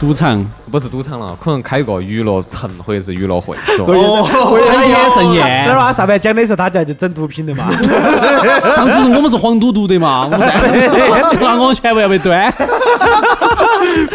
赌场不是赌场了，可能开个娱乐城或者是娱乐 会所。婚宴盛那宴。娃上面讲的时候，他就要去整毒品 的嘛。上次我们是黄赌毒的 嘛，我们三是拿我们全部要被端。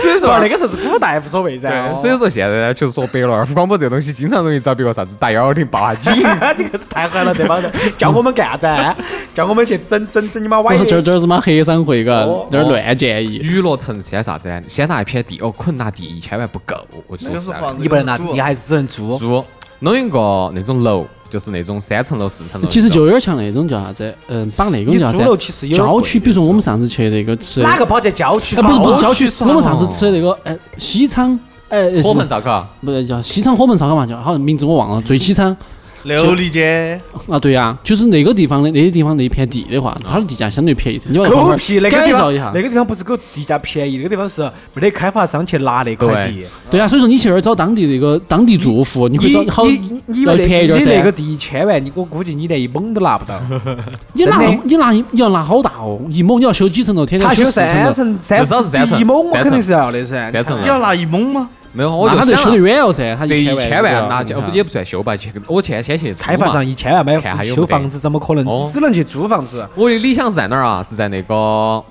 所以说那个时候是古代，无所谓噻。哦对，所以说现在呢，就是说白了，二胡广播这个东西经常容易遭别个啥子打幺二零报下 警。 这个是太坏了，这帮人叫我们干啥子 啊？叫我们去整整整你妈歪我的说这儿这儿是嘛黑商会，嘎，哦这儿乱建议。娱乐城先啥子啊呢？先拿一片地，哦，可能拿地一千万不够，我就说那个实是在黄的。的，你不能拿，那个是你还是只能租。租弄一个那种楼，就是那种三层楼、四层楼。其实就有点像那种叫啥子，嗯，把那种哦你叫租楼啥子？其实有点郊贵区，比如说我们上次去那个吃，哪个跑在郊区哎，放？不是不是郊郊区，我们上次吃那个哎西昌，哎火盆烧烤，不是叫西昌火盆烧烤嘛，叫好像名字我忘了，最西昌琉璃街，啊，对呀、就是那个地方的那些地方那一片地的话，它的地价相对便宜，你把它狗旁屁边那个改地造方一下，那个地方不是狗地价便宜，那个地方是没得开发商去拿那块地。对啊，所以说你去那儿找当地那个当地住户，你可以你找好你你以要为便宜那点你那个噻。地一千万，你我估计你连一亩都拿不 到。你拿真的你拿你要拿好大哦，一亩你要修几层楼，天天他修修四层三楼，层，三至少是三层一亩我三层肯定是要的噻。三层你楼。要拿一亩吗？没有，我那他就就修得想远了哦噻，他这一千万嗯万拿就就也不算修吧，去我前先去租开发嘛商一千万买看下有没修得房子，怎么可哦能只能去租房子？我的理想是在哪儿啊？是在那个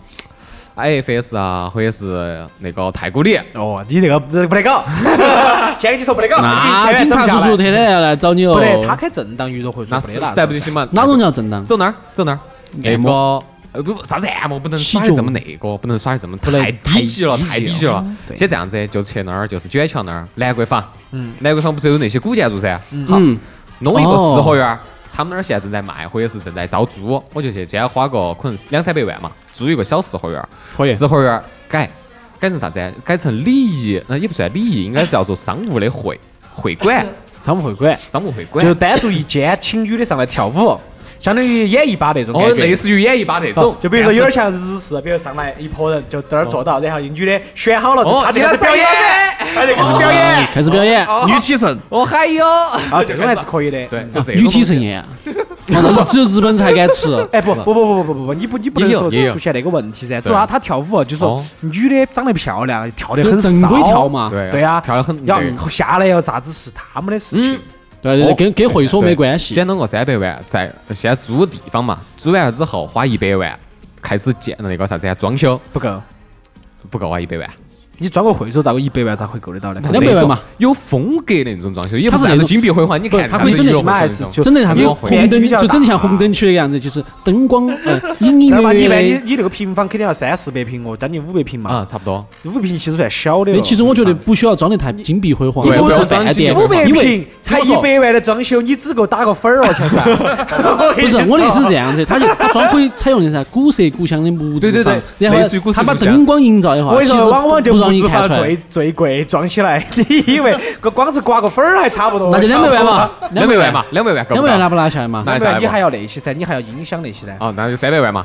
IFS 啊，或者是那个太古里。哦，你那个不不 得搞，先跟你说不得搞，那警察叔叔天天要来找你哦不。得，他开正当娱乐会那所，不是得对那不起嘛，哪种叫正当？走那儿，走那儿，那按个摩呃不啥子按摩不能洗耍的这脚么那个，不能耍的这么能太低级了，太太低级低级了了。先这样子，就去那儿，就是九眼桥那儿兰桂坊，嗯，兰桂坊不是有那些古建筑噻？好，嗯，弄一个哦四合院儿，他们那儿现在正在卖，或者是正在招租，我就去今天花个可能是两三百万嘛，租一个小四合院儿，可以。四合院儿改改成啥子？啊改成礼仪，那也不算礼仪，应该叫做商务的会会馆，商务会馆，商务会馆就，单独一间，请女的上来跳 舞，相当于演一把那种哦，感觉哦类。似于演一把那种，就比如说但是有点像日式，比如上来一拨人就在那儿坐到，然后一女的选好了，哦她就开始表演，她就开哦始表哎演，开始表演，女体盛，哦，还有，啊，这种还是可以的。对，就这种啊女体东西盛宴， 哦那是只有日本才敢吃。 哎，不不不不不不不，你不你不能也有说也有出现那个问题噻，主要她跳舞啊就说哦女的长得漂亮，跳得就很正规骚跳嘛对对啊，跳得很要对下来要啥子是他们的事情嗯。对对，对哦跟跟会所没关系。先弄个三百万，再先租地方嘛，租完了之后花一百万开始建那个啥子啊装修，不够，不够啊，一百万，你装个会所咋个一百万咋会够得到呢？两百万嘛，有风格的那种装修，也不是它是那那种种金碧辉煌，你看它它不是那真的种那还那是种就真的啥子因为红灯面积比较就整的像大红灯区的样子，就是灯光呃隐隐那嘛，约你一般你约的。你那个平方肯定要三四百平哦，将近五百平嘛。啊，差不多。五百平其实算小的了。那其实我觉得不需要装得太金碧辉煌，对因为不我要是装饭金碧店辉五煌百，因平为才我一说百万的装修，你只够打个分儿哦，全是。不是 我的意思是这样子，它就它装可以采用的啥古色古香的木质对对房对然类似于后古色它把古香灯光营造的我话，啊跟其你实说，往往就不木让你质看房出来最。最贵，装起来， 你以为个光是刮个分儿还差不多？那就两百万嘛，两百万嘛，，两百万够两不百万拿到？不拿下来嘛？那两还差百万，你不多。还要那些噻，你还要音响那些呢。哦，那就三百万嘛，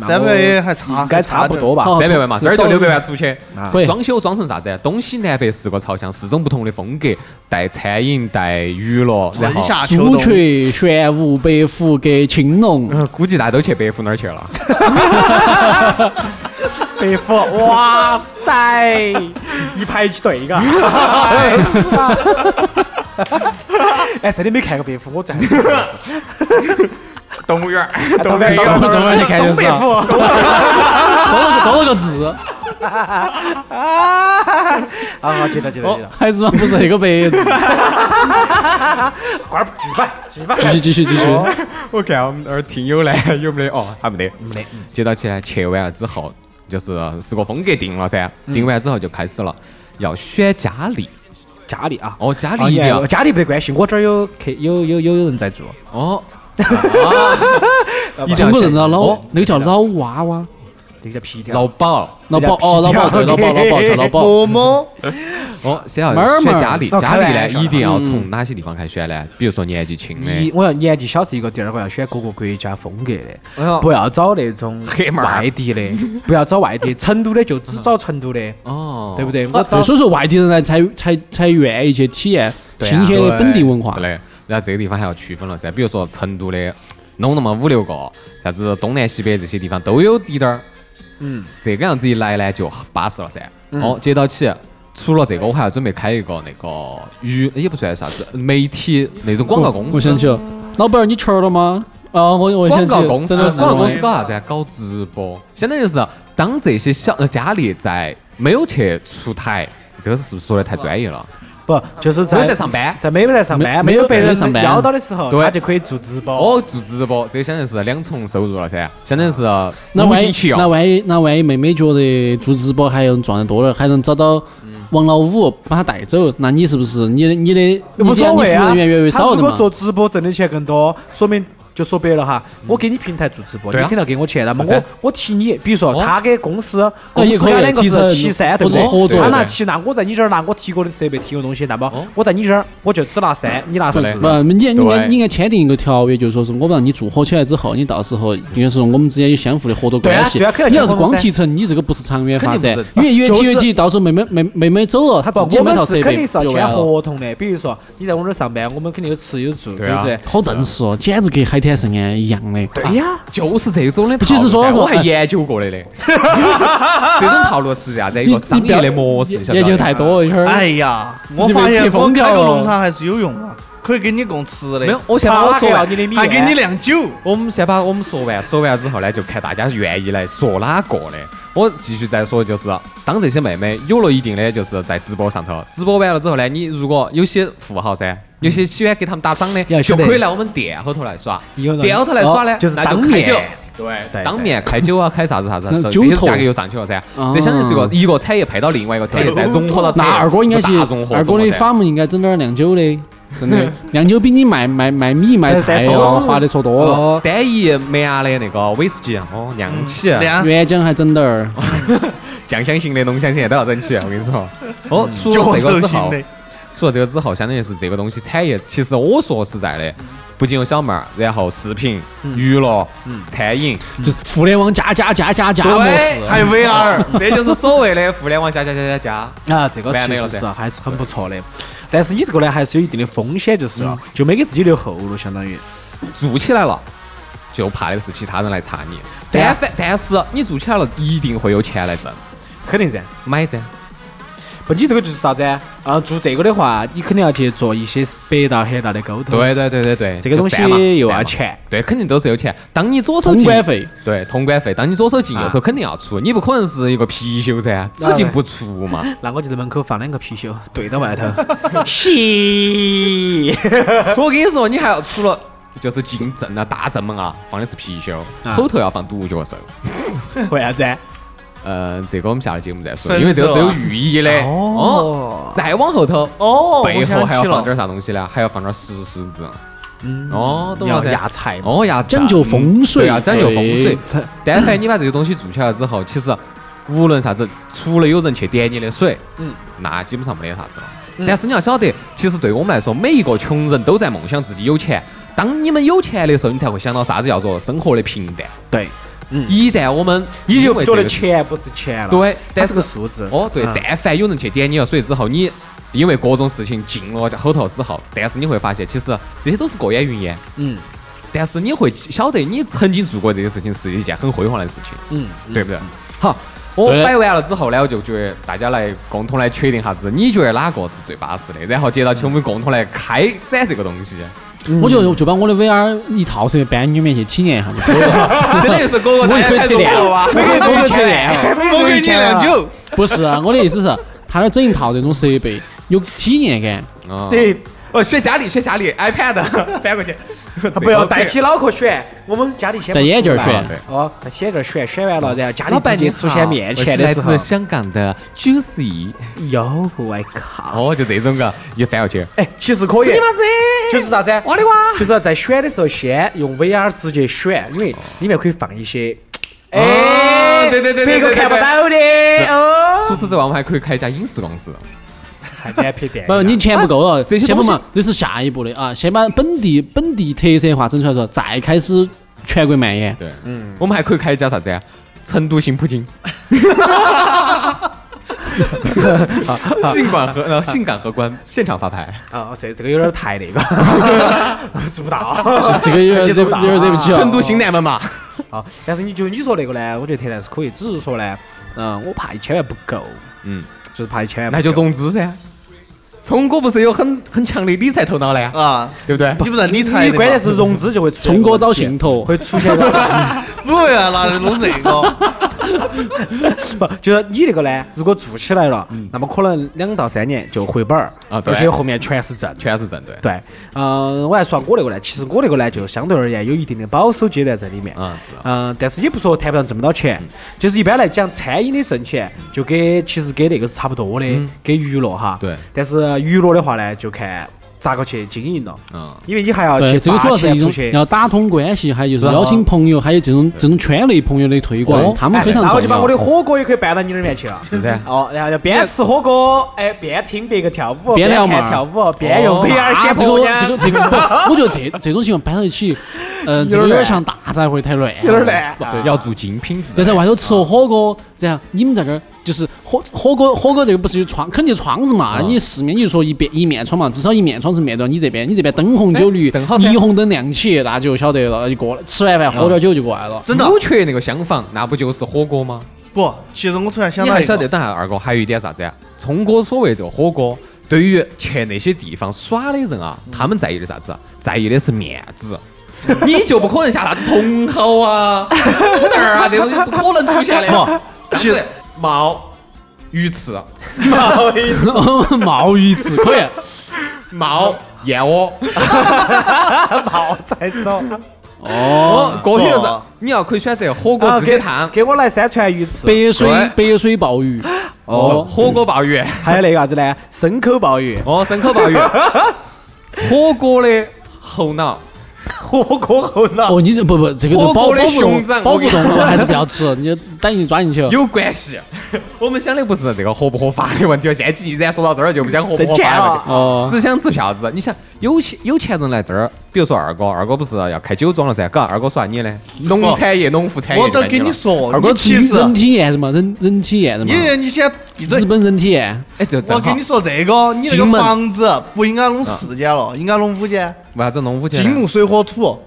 三百万还差，应该差不多吧好三百万嘛，这儿就找六百万出去啊。可以装修装成啥子？啊东西南北四个朝向，四种不同的风格，带餐饮，带娱乐，然春后夏秋朱冬，雀、玄武、白虎跟青 龙，呃估计大家都去北湖那儿去了。北服，哇塞， 一排起队，嘎。 哎，真的没看过北服，我 真的 动物园， 东北东东北去看就是北服。多了个多了个字， 好好，接着接着接着，孩子嘛不是那个白字。 关儿举吧举吧。继续继续继续，哦我看我们那儿听友呢有没得？哦，还没得，没得。接到起来，去完了之后，就是是个风格定了噻，定完之后就开始了，要选家里。家里啊，哦，家啊里一定要也家里没得关系，我这儿有客有有有有人在住。 哦，中国人叫老哦，那个叫老娃娃，那个叫皮条，老鸨，老鸨哦，老鸨对，老 鸨老鸨叫老鸨。馍馍，哦，先要猫儿选嘛家里，哦家里开呢玩笑嗯一定要从哪些地方开始选呢？比如说年纪轻哎一的，我要年纪小是一个，第二个要选各个国家风格哎呦的，不要找那种 黑猫儿外地的，不要找外地，成都的就只找成都的，哦，对不对？我啊找所以说外地人来才才才愿意去体验对啊新鲜的本地文化是。的，然后这个地方还要区分了噻，比如说成都的，弄那么五六个，啥子东南西北这些地方都有滴点儿。嗯，这个样子一来呢就巴适了噻。哦，接到起，除了这个，我还要准备开一个那个娱，也不算啥子媒体那种广告公我司想。起了，老板儿，你球儿了吗？啊，我我想起广告公司，真的广告公司搞啥子啊？搞直播，相当于是当这些小呃家里在没有去出台，这个是不是说的太专业哦了？不就是没在有在上班在美国在上班，没没有有被人在上班邀到的时候，对他就可以做直播。哦，做直播，这相当于是两重收入了噻，相当于是那五万金一起那哦。万一那万一妹妹觉得做直播还有人赚得多了，还能找到嗯王老五把他带走，那你是不是你的你的你无的所你谓是啊人员越来，越他少如的果嘛？做直播挣的钱更多，说明就说白了哈，嗯我给你平台做直播，对你啊肯定要给我钱，那么是噻我我提你，比如说哦他给公司，那公也司可以他两个提成是提三，对不对？或者合作他拿对七，那我在你这儿拿我提过的设备提供东西，那么哦我在你这儿我就只拿三，你拿是四。的不，你你应该对你应该签订一个条约，就是说是我们让你做火起来之后，你到时候应该是我们之间有相互的合作关系对啊对啊。你肯定要要是签合光同噻提成，你这个不是长远发展肯定，不因是为越就提是越提，到时候妹妹妹妹妹走了，她不，自己我买们套是设肯备定是啊要就签完了。合同的。比如说你在我们这儿上班，我们肯定有吃有住，对对啊不对？好正式哦，简直跟海天盛宴一样的。对呀，就是这种的套路噻，其实说我还哎研究过的 嘞。这种套路是啥啊子？一你个商业的模式，晓得研吧究太。多了，一会儿。哎呀，我你被发铁现我封掉开个了农场还是有用啊，可以给你供吃的，没有，我先把我说啊要完。你的米还给饭你酿酒。我们先把我们说完，说完之后呢，就看大家愿意来说哪个的。我继续再说，就是当这些妹妹有了一定的，就是在直播上头，直播完了之后呢，你如果有些富豪噻，有些喜欢给他们打赏的，要就晓得可以来我们店后头来耍。有人店后头来耍呢，哦就是 那就当开面酒，对当面开酒啊，开啥子啥子那，这酒些头价格又上去了噻啊。这相当于是一个一个产业配到另外一个产业，再融合到那二哥应该去大融合，二哥的噻。 farm 应该整点儿酿酒的，真的酿酒比你卖卖卖米卖但菜是要我划得说多了。哦，单一麦芽的那个威士忌，哦，酿起。酿原浆还整点儿，酱香型的、浓香型的都要整起，我跟你 说。哦，除酒了这个之型后，的，除了这个之后，相当于是这个东西产业，其实我说实在的，不仅有小妹儿，然后视频、娱乐、餐饮，就是互联网加加加加加模式。对，还有 VR， 这就是所谓的互联网加加加加加。啊，这个完其美了实噻是还是很不错的，但是你这个呢，还是有一定的风险，就是嗯了，就没给自己留后路，相当于。做起来了，就怕的是其他人来查你。对但啊凡但是你做起来了，一定会有钱来挣，肯定噻，买噻。不，你这个就是啥子啊？啊，做这个的话，你肯定要去做一些白道黑道的沟通。，对对对对对，这个就东散嘛西又散要嘛钱。对，肯定都是有钱。当你左手通进关费，对，通关费，当你左手进，啊右手肯定要出，你不可能是一个貔貅噻，只进不出嘛。那我就在门口放两个貔貅，对到 外头。嘻， 我跟你说，你还要除了就是进正啊、大正门啊，放的是貔貅，啊后头要放独角兽。为啥子啊？呃，这个我们下了节目再说，分因为这个是手有啊寓意的。哦再往后头，哦，背我后想还要起了放点啥东西呢？还要放点石狮子。啊嗯哦，懂了要噻。压财嘛。哦呀，讲究风水对啊，讲究风水对。 但凡你把这个东西做起来之后，其实无论啥子，除了有人去点你的水，嗯，那基本上没得啥子了。但是你要晓得，其实对我们来说，每一个穷人都在梦想自己有钱。当你们有钱的时候，你才会想到啥子叫做生活的平淡。对，一旦我们你就因为觉这得个钱不是钱了，对，它但是个数字。哦，对嗯，但凡有人去点你了水之后，你因为各种事情进了后头之后，但是你会发现，其实这些都是过眼云烟。嗯但是你会晓得，你曾经做过这些事情是一件很辉煌的事情，嗯，对不对？好，我对摆完了之后呢，我就觉得大家来共同来确定下子，你觉得哪个是最巴适的，然后接到起我们共同来开展这个东 西，我就就把我的 VR 一套设备搬你们面去体验一下就可以了。真的就是哥哥我大也家可以开去始练玩了啊！我 可以去练。我给你酿酒，不是，我的意思是，他那整一套这种设备有体验感。嗯对，哦，选家里，选家里，iPad 翻过去，不要这个戴起脑壳选，我们家里先不戴眼镜儿出来选对哦，戴眼镜儿选，选完了，然后家里老板直你接好出现面前的时候我是来，自香港的 Juicy，哟，我靠！哦，就这种个，一翻过去，哎，其实可以，是就是啥子？我的妈！就是在选的时候先用 VR 直接选，因为里面可以放一些，哎，的，哦对对对对别个对对看不对到的是哦。除此之外，我们还可以开一家影视公司。还敢撇蛋不，你钱不够哎了，这些先不东西嘛，这是下一步的啊，先把本地本地特色化整出来之后，再开始全国蔓延。对，嗯，我们还可以开一家啥子呀？成都新葡京。性管荷呃性感荷官现场发牌，哦，这这个有点太那个， 做不到。这个有点惹这就不大有点惹不起哦了。成都新南门嘛，啊，但是你觉得你说那个呢？我觉得特然是可以，只是说呢，嗯，我怕一千万不够，嗯，就是怕一千万不那够。就融资噻。聪哥不是有很很强的理财头脑的呀，啊，对不对？你不是理财你的关键吗是融资就会出现聪哥问找题信托，会出现 个不啊要拿来弄这个， 不，就是你那个呢，如果做起来了，那么可能两到三年就回本儿啊对而且后面全是正。全是正对。对，嗯，我还说我那个呢，其实我那个呢，就相对而言有一定的保守阶段在里面。嗯，是。嗯，但是也不说谈不上挣不到嗯钱，就是一般来讲，餐饮的挣钱就跟其实跟那个是差不多嗯的，跟娱乐哈。对但是娱乐的话呢，就看咋个去经营了，嗯，因为你还要对，去这个主发要是钱一出种去。要打通关系，还有就是是啊邀请朋友，还有这种这种圈内朋友的推广，哦他们非常然后就重把哎我的要。嗯火锅也可以搬到你那里面去了。是噻。哦，然后就边吃火锅，哎，边听别个跳舞，边边聊嘛看跳舞，边用哦 VR 啊显这婆个娘，这个这个不，我觉得这这种情况搬到一起，呃，这个有点像大杂烩太乱了，有点乱。对，要做精品制。要在外头吃哎啊火锅，这样你们这个就是火火锅火锅这个不是有窗，肯定窗子啊嘛。你四面你就说一边一面窗嘛，至少一面窗是面对你这边，你这边灯红酒绿，哎正好噻霓虹灯亮起，那就晓得了，就过来吃完饭喝点酒就过来 了。真的。朱雀那个厢房，那不就是火锅吗？不，其实我突然想你到还一晓得，个，等下二哥还有一点啥子呀？聪哥所谓这个火锅，对于去那些地方耍的人啊，他们在意的啥子啊？在意的是面子。 你就不可能像啥子茼蒿啊、土豆儿啊这种东西不可能出现的。 不，其实冒鱼翅、嗯 冒鱼翅可 以，冒燕窝，好再 说，哦，啊过去就是哦你要可以选择火锅直接烫，给我来三串鱼翅，白水白水鲍 鱼，哦，火锅鲍鱼，还有那个啥子呢？牲口鲍鱼，哦，牲口鲍鱼，火锅的猴脑，火锅后脑，哦，你这不不，这个是火保锅的保护熊动掌保我护跟你动说物 还是不要吃，你等你抓进去了。有关系。我们想的不是这个合不合法的问题，现在既然说到这儿，就不想合不合法的问真题，哦，只想吃票子。你想，有钱有钱人来这儿，比如说二哥，二哥不是要开酒庄了噻？嘎，二哥说啥啊你呢？农产业、农副哎产业哦我这都边去跟了，你说，二哥你吃其实人体验是嘛？人人体验是嘛你？你先闭嘴嗯日。本人体验，哎，就正我好跟你，说这个，你那个金门嗯房子不应该弄四间了，应该弄五间，为啥子农夫去呢金木水火土。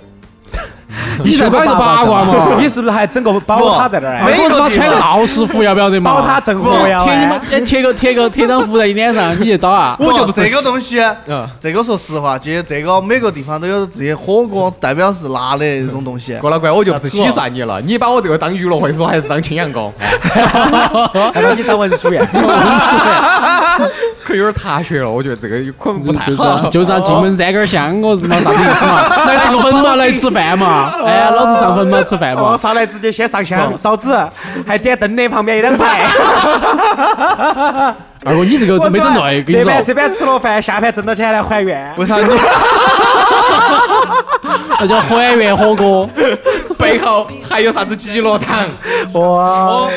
你是再不摆是个八卦嘛？ 你是不是还整个宝塔在那儿不啊？二哥是妈穿个道士服，要不要得宝塔嘛？镇 火呀？贴你妈，哎贴个贴个贴张符在你脸上，你就招啊！我就这个东西，嗯，这个说实话，其实这个每个地方都有自己火锅代表是辣的那种东西。郭老倌，我就不是喜涮你了，你把我这个当娱乐会所还是当青羊宫？要不然你当文 书院？哎可有点踏雪了，我觉得这个可能不太就是啊好。就是啊，进门三根香，我日妈啥子意思嘛？来上坟嘛，来吃饭嘛？ 哎，老子上坟嘛，吃饭 哦，嘛？哦上来直接先上香烧纸，还点灯的旁边有 两排。二哥，你这个是没整对，跟你 这说边，这边吃了饭，下盘挣到钱来还愿。为啥你那叫还原火锅。 背后还有啥子鸡落糖？哇， 哦，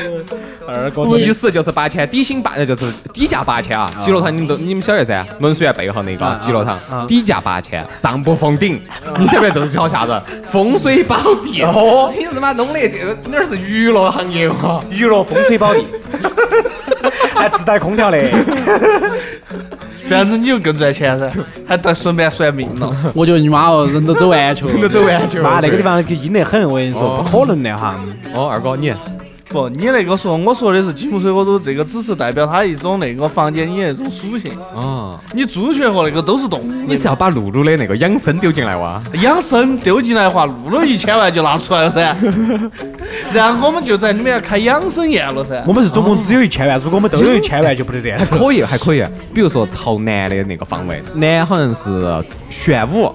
二哥意思就是八千，底薪八呃就是底价八千啊。鸡肉汤你们都你们晓得噻，轮水员背后那个鸡肉汤，底价八千，上不封顶。你晓不晓得这是叫啥子？风水宝地。啊哦，你日妈弄的这个哪儿是娱乐行业哦嘛？娱乐风吹宝地， 还自带空调的。这样子你就更赚 钱噻，还得顺便算命了。我觉得你妈哦，人都走 完球了。走完就妈，那个地方阴得很，我跟你说，不可能的哈。哦，二哥你不，你那个说，我说的是金木水火土，这个只是代表它一种那个房间里那种属性。哦，你朱雀和那个都是动物你的，是要把露露的那个养生丢进来哇？养生丢进来的话，录了一千万就拿出来了 噻。然后我们就在里面开养生宴了噻我。们是总共只有一千万，如果我们都有一千万就 不得了。可以，还可以。比如说朝南的那个方位，南好像是玄武，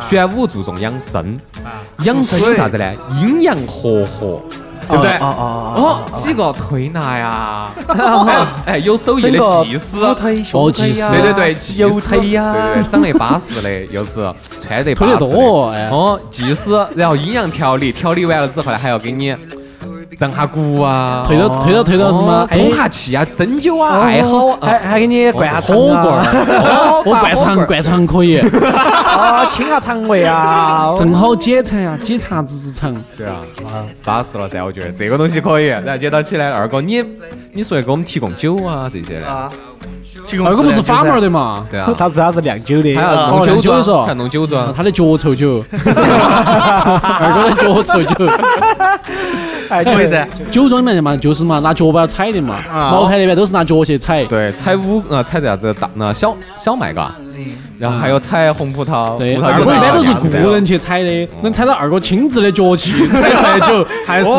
玄武注重养生，养生有啥子呢？阴阳和合，对不对？哦哦哦，几个推拿呀，还有哎有手艺整的个技师。腹推哦胸推技师呀，对对对，技师油推对对呀对，，长得巴适的，又是穿得推巴适得的多哎哦，技师，然后阴阳调理，调理完了之后呢，还要给你胀下鼓啊，推到推到推到什么？哎通下气啊，针灸啊，爱好啊，哦还还给你灌下火肠锅哎啊， 儿， 我灌肠灌肠可以，哦啊，清下肠胃啊， 正好解馋呀，解馋子之肠。对啊，巴适了噻，我觉得这个东西可以。然后接到起来，二哥你你说给我们提供酒啊这些的，二哥不是法门儿的嘛？对啊，他是他是酿酒的他，要哦弄弄酒酒庄，庄他弄酒啊庄，他的脚臭酒， 二哥的脚臭酒，哎，可以噻，酒庄里面嘛，就是嘛，拿脚板踩的嘛，茅台那边都是拿脚去踩。啊对，采五啊，采啥子大那小小麦嘎，然后还有采红葡萄，对，葡萄二酒哥一哎般都是榨汁雇人去踩的，能踩到二哥亲自的脚 气踩出来的酒，还是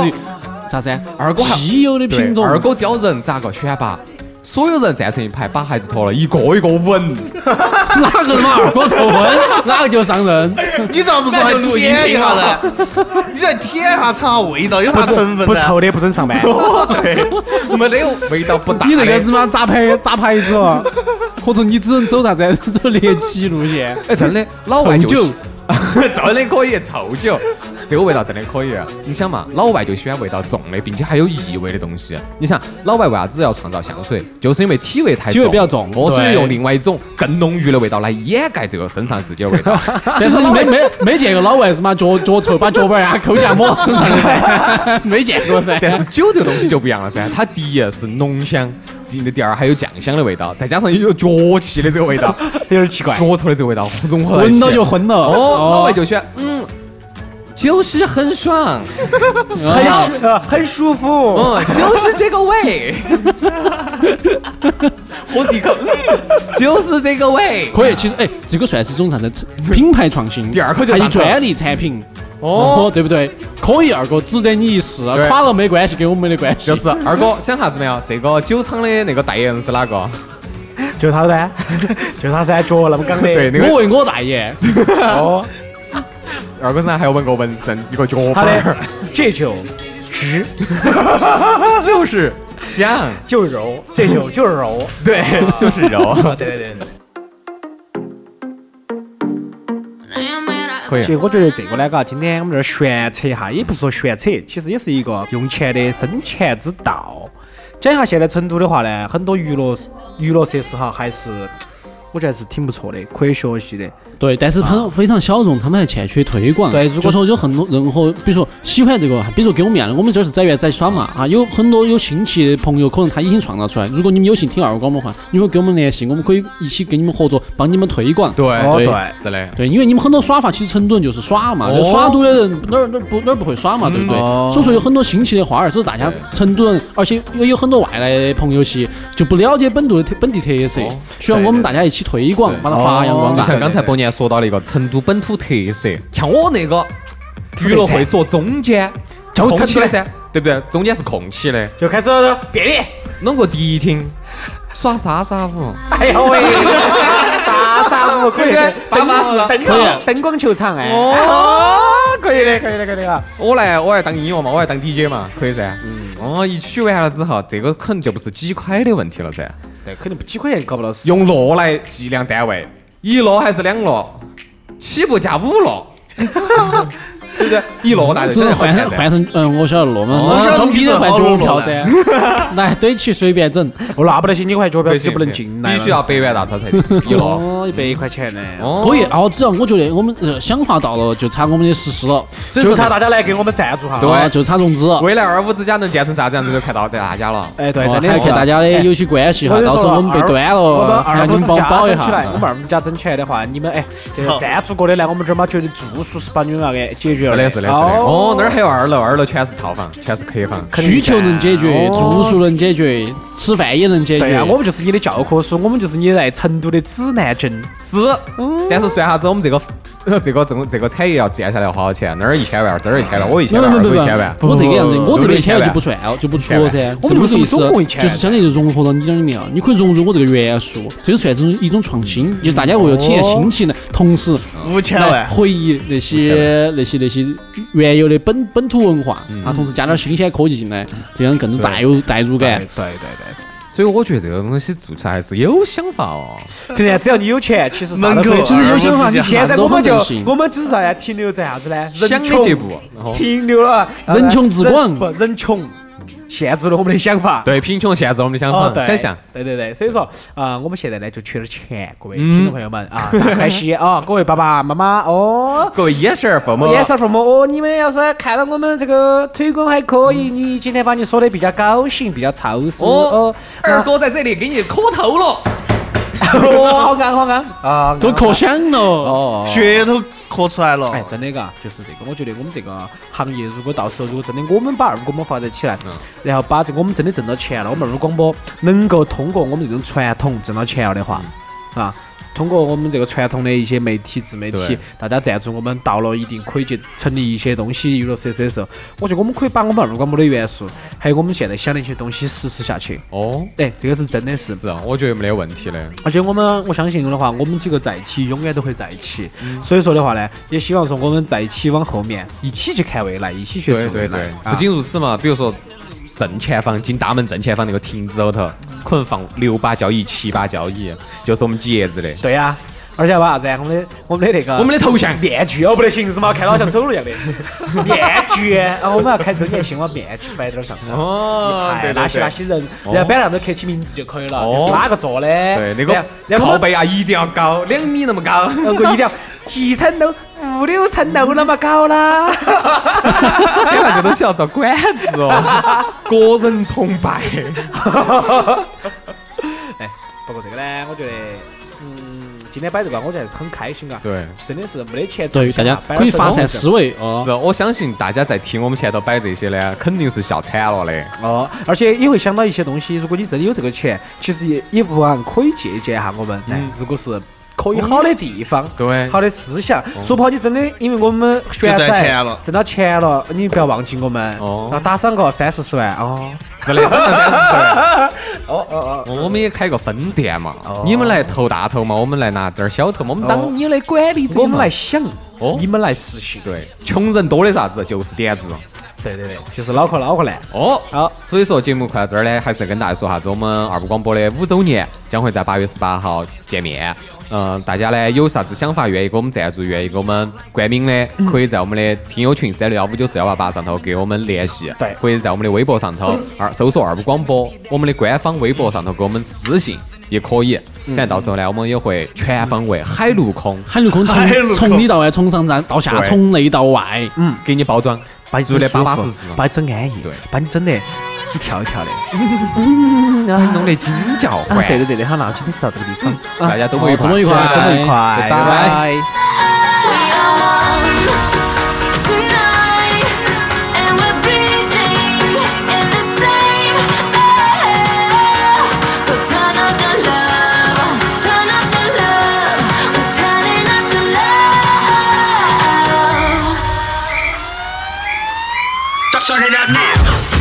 啥子？啊二哥还稀有的对品种。二哥叼人咋个选拔？所有人站成一排，把孩子拖了，一个一个吻，哪个他妈二哥臭 昏，哪个就上任。哎你咋不说还舔一下呢？你再舔一下，尝下味道有啥成分不呢？臭的不准上班。没得味道不大。你哎这个子，嘛咋 牌咋牌子哦？或者你只能走啥子？走猎奇路 线。哎，真的，老外就臭喜 酒，真的可以臭酒，这个味道真的可以。啊你想嘛，老外就喜欢味道重的，并且还有异味的东西。啊你想，老外为啥子要创造香水？就是因为体味太体味比较重我所以对用另外一种更浓郁的味道来掩盖这个身上自己的味 道。但是你没没没见过老外是嘛脚脚臭，把脚板儿啊抠下抹身上的 噻，没见过噻。但是酒这个东西就不一样了噻，它第一是浓香，第第二还有酱香的味道，再加上也有脚气的这个味 道，有点奇怪。脚臭的这个味道融合在一起。闻到就昏了。哦，老外就选嗯，就是很爽，嗯很舒呃很舒服，嗯，就是这个味，我抵抗，嗯就是这个味。可以，其实哎，这个算是一种啥子 品牌创新，第二颗就还有上头专利产品，哦，对不对？可以，二哥值得你一试，对垮了没关系，跟我们没得关系。就是二哥想啥子没有？这个酒厂的那个代言人是哪个？就他噻， 就他噻，脚那么刚的，对，那我为个我代言，哦， 二哥身上还有纹个纹身，一个脚他板儿的，这酒汁，就是香，就是柔，这酒就是柔。对， 就是肉。啊， 对对对。可以所以我觉得这个呢，嘎，今天我们这儿玄扯一下，也不是说玄扯，其实也是一个用钱的生钱之道。讲一下现在成都的话呢，很多娱乐娱乐设施哈，还是我觉得还是挺不错的，可以学习的。对，但是啊很非常小众，他们还欠缺推广。对如果就说有很多任何，比如说喜欢这个，比如说跟我们一样的，我们这儿是在园在耍嘛啊，有很多有兴趣的朋友，可能他已经创造出来。如果你们有幸听二哥们的话，你们跟我们联系，我们可以一起跟你们合作，帮你们推广。对哦对是的。对，因为你们很多耍法，其实成都人就是耍嘛，哦嗯就耍赌的人哪儿哪儿不哪儿不会耍嘛，对不对？所以说有很多新奇的花儿，这是大家对成都人，而且有有很多外来的朋友些就不了解本地的特本地特色哦，需要我们大家一起推广，把它发扬光就大。像刚才伯年说到了一个成都本土特色，像我那个娱乐会所中间就空成起都的的噻，对不对？中间是空起的，就开始变脸，弄个迪厅。耍莎莎舞，哎呦喂，啥啥舞可以的，灯巴灯光灯光球场哎，哦，可以的，可以的，可以的啊。我来我来当音乐嘛，我来当 DJ 嘛，可以噻。嗯，哦，一曲完了之后，这个可能就不是几块的问题了噻，对，肯定不几块钱搞不到死。用落来计量单位，一落还是两落，起步价五落，对不对？一落大家只就能晓得好换钱成噻换成，嗯，我晓得罗嘛，哦那装逼的换脚票噻，来堆起随便整，我拿不得些，你块脚表对就不能进来了。必须要百元大钞才行，一落。哦，一百块钱呢。哦可以。然后只要我觉得我们呃想法到了，就差我们的实施了，就差大家来给我们赞助哈。对啊就差融资。未来二五之家能建成啥子样子，就看到大家了。哎，对，哦真还要的是看大家的有些关系哈，我就到时候说我们被二端我们了，二然后五你们之帮我保一家整起下啊来，。我们二五之家整起来的话，你们哎，这个操赞助过的来，我们这儿嘛绝对住宿是把你们那个解决是了的，是的，是的。哦，那儿还有二楼，二楼全是套房，全是客房。需求能解决，哦住宿能解决，吃饭也能解对决呀，。我们就是你的教科书，我们就是你在成都的指南针。是，但是算下子，我们这个呃这个这个这个产业要建下来要花好钱，那儿一千万，这儿一千万，我一不千不 万，不我不一千万。不，我这个样子，不我这不边一一千千万万就不算了，就不出了噻。我是们不是这个意思总共一千就万是相当于就融合到你这里面啊了，你可以融入我这个元素，这个算是一种创新，就是大家为哦了体验新奇呢，同时五千来万，回忆那些那些那些原有的本嗯本土文化，啊，同时加点新鲜科技进来，这样更带有代入感。对对对，所以我觉得这个东西做出来还是有想法哦。对啊呀，只要你有钱，其实啥门都可以口做。就是有想法你现在啥都我们很就任性我们只是啥呀？停留在啥子呢？想人的哦穷结步，然后停留了，人穷志广人不人穷，限制了我们的想法。对贫穷限制了我们的想哦，法、对，想象。，对对对，所以说啊、呃我们现在呢就缺点钱，各位听众朋友们啊，大开心 啊，各位爸爸妈妈哦。各位眼神儿父母，也是父母哦，你们要是看到我们这个推广还可以，你今天把你说的比较高兴，比较潮湿哦哦， 二哥在这里给你磕头了。哦，好安好安啊，都可想了。哦。血都咳出来了。哎，真的嘎，就是这个。我觉得我们这个行业，如果到时候如果真的我们把二广播发展起来，然后把这个我们真的挣到钱了，我们二广播能够通过我们这种传统挣到钱了的话，啊，通过我们这个传统的一些媒体、自媒体对，大家赞助我们到了一定可以去成立一些东西娱乐设施的时候，我觉得我们可以把我们二广播的元素，还有我们现在想的一些东西实施下去。哦，哎，这个是真的是是啊，我觉得没得问题的。而且我们我相信的话，我们几个在一起永远都会在一起。嗯所以说的话呢，也希望说我们在一起往后面一起去看未来，一起去做对未对来对，。啊不仅如此嘛，比如说正前方进大门正前方那个亭子后头，可能放六把交椅、七把交椅，就是我们节日的。对呀、而且要把啥子啊？我们的我们的那个我们的头像面具哦，不得行是吗？看到好像走路 一样的面具。啊，我们要开周年庆，把面具摆点儿上哎头。哦一排啊拉起拉起人，然后摆上头刻起名字就可以了。这哦是哪个做的？对，那然后然个后我靠们背啊一定要高，两米那么高。那个一定要几层楼，五六层楼那么高啦。别把这东西要遭管制 哦，个人崇拜。 哎，不过这个呢，我觉得，嗯，今天摆这个，我觉得还是很开心啊。，对，真的是没得钱挣对，不下大家可以发散思。摆了维哦。哦是，我相信大家在听我们前头摆这些呢，肯定是笑惨了的。手哦，而且也会想到一些东西。如果你真的有这个钱，其实也也不妨可以借鉴一下我们。嗯，如果是可以好的地方，对好的思想，说不好你真的，因为我们选就赚钱了挣到钱了，你不要忘记我们，哦要打赏个三四十万哦。是的，三十岁。 哦哦哦，我们也开个分店嘛，你们来投大头嘛，我们来拿点儿小头嘛，我们当你来管理嘛我们来想，哦你们来实行。对，穷人多的啥子就是点子。对对对，就是脑壳脑壳烂。哦，好，所以说节目快到这儿呢，还是要跟大家说啥子，我们二部广播的五周年将会在八月十八号见面。嗯、大家呢有啥子想法，愿意给我们赞助，愿意给我们冠名的，可以在我们的听友群三六幺五九四幺八八上头给我们联系，对可以在我们的微博上头二搜索二部广播，我们的官方微博上头给我们私信也可以。反正到时候呢，我们也会全方位海陆空海陆空海陆从空从里到外，从上站到下，对从内到外。给你包装，把你做整得舒巴巴服适适，把你整安逸，对把你整得一跳一跳的。弄得惊叫啊，对唤。对对的，好，那今天就到这个地方，大家周末愉快，周末愉快啊周末愉快，拜拜。拜。 Turn up the love, turn up the love, we're turning up the love. Just turn it up now.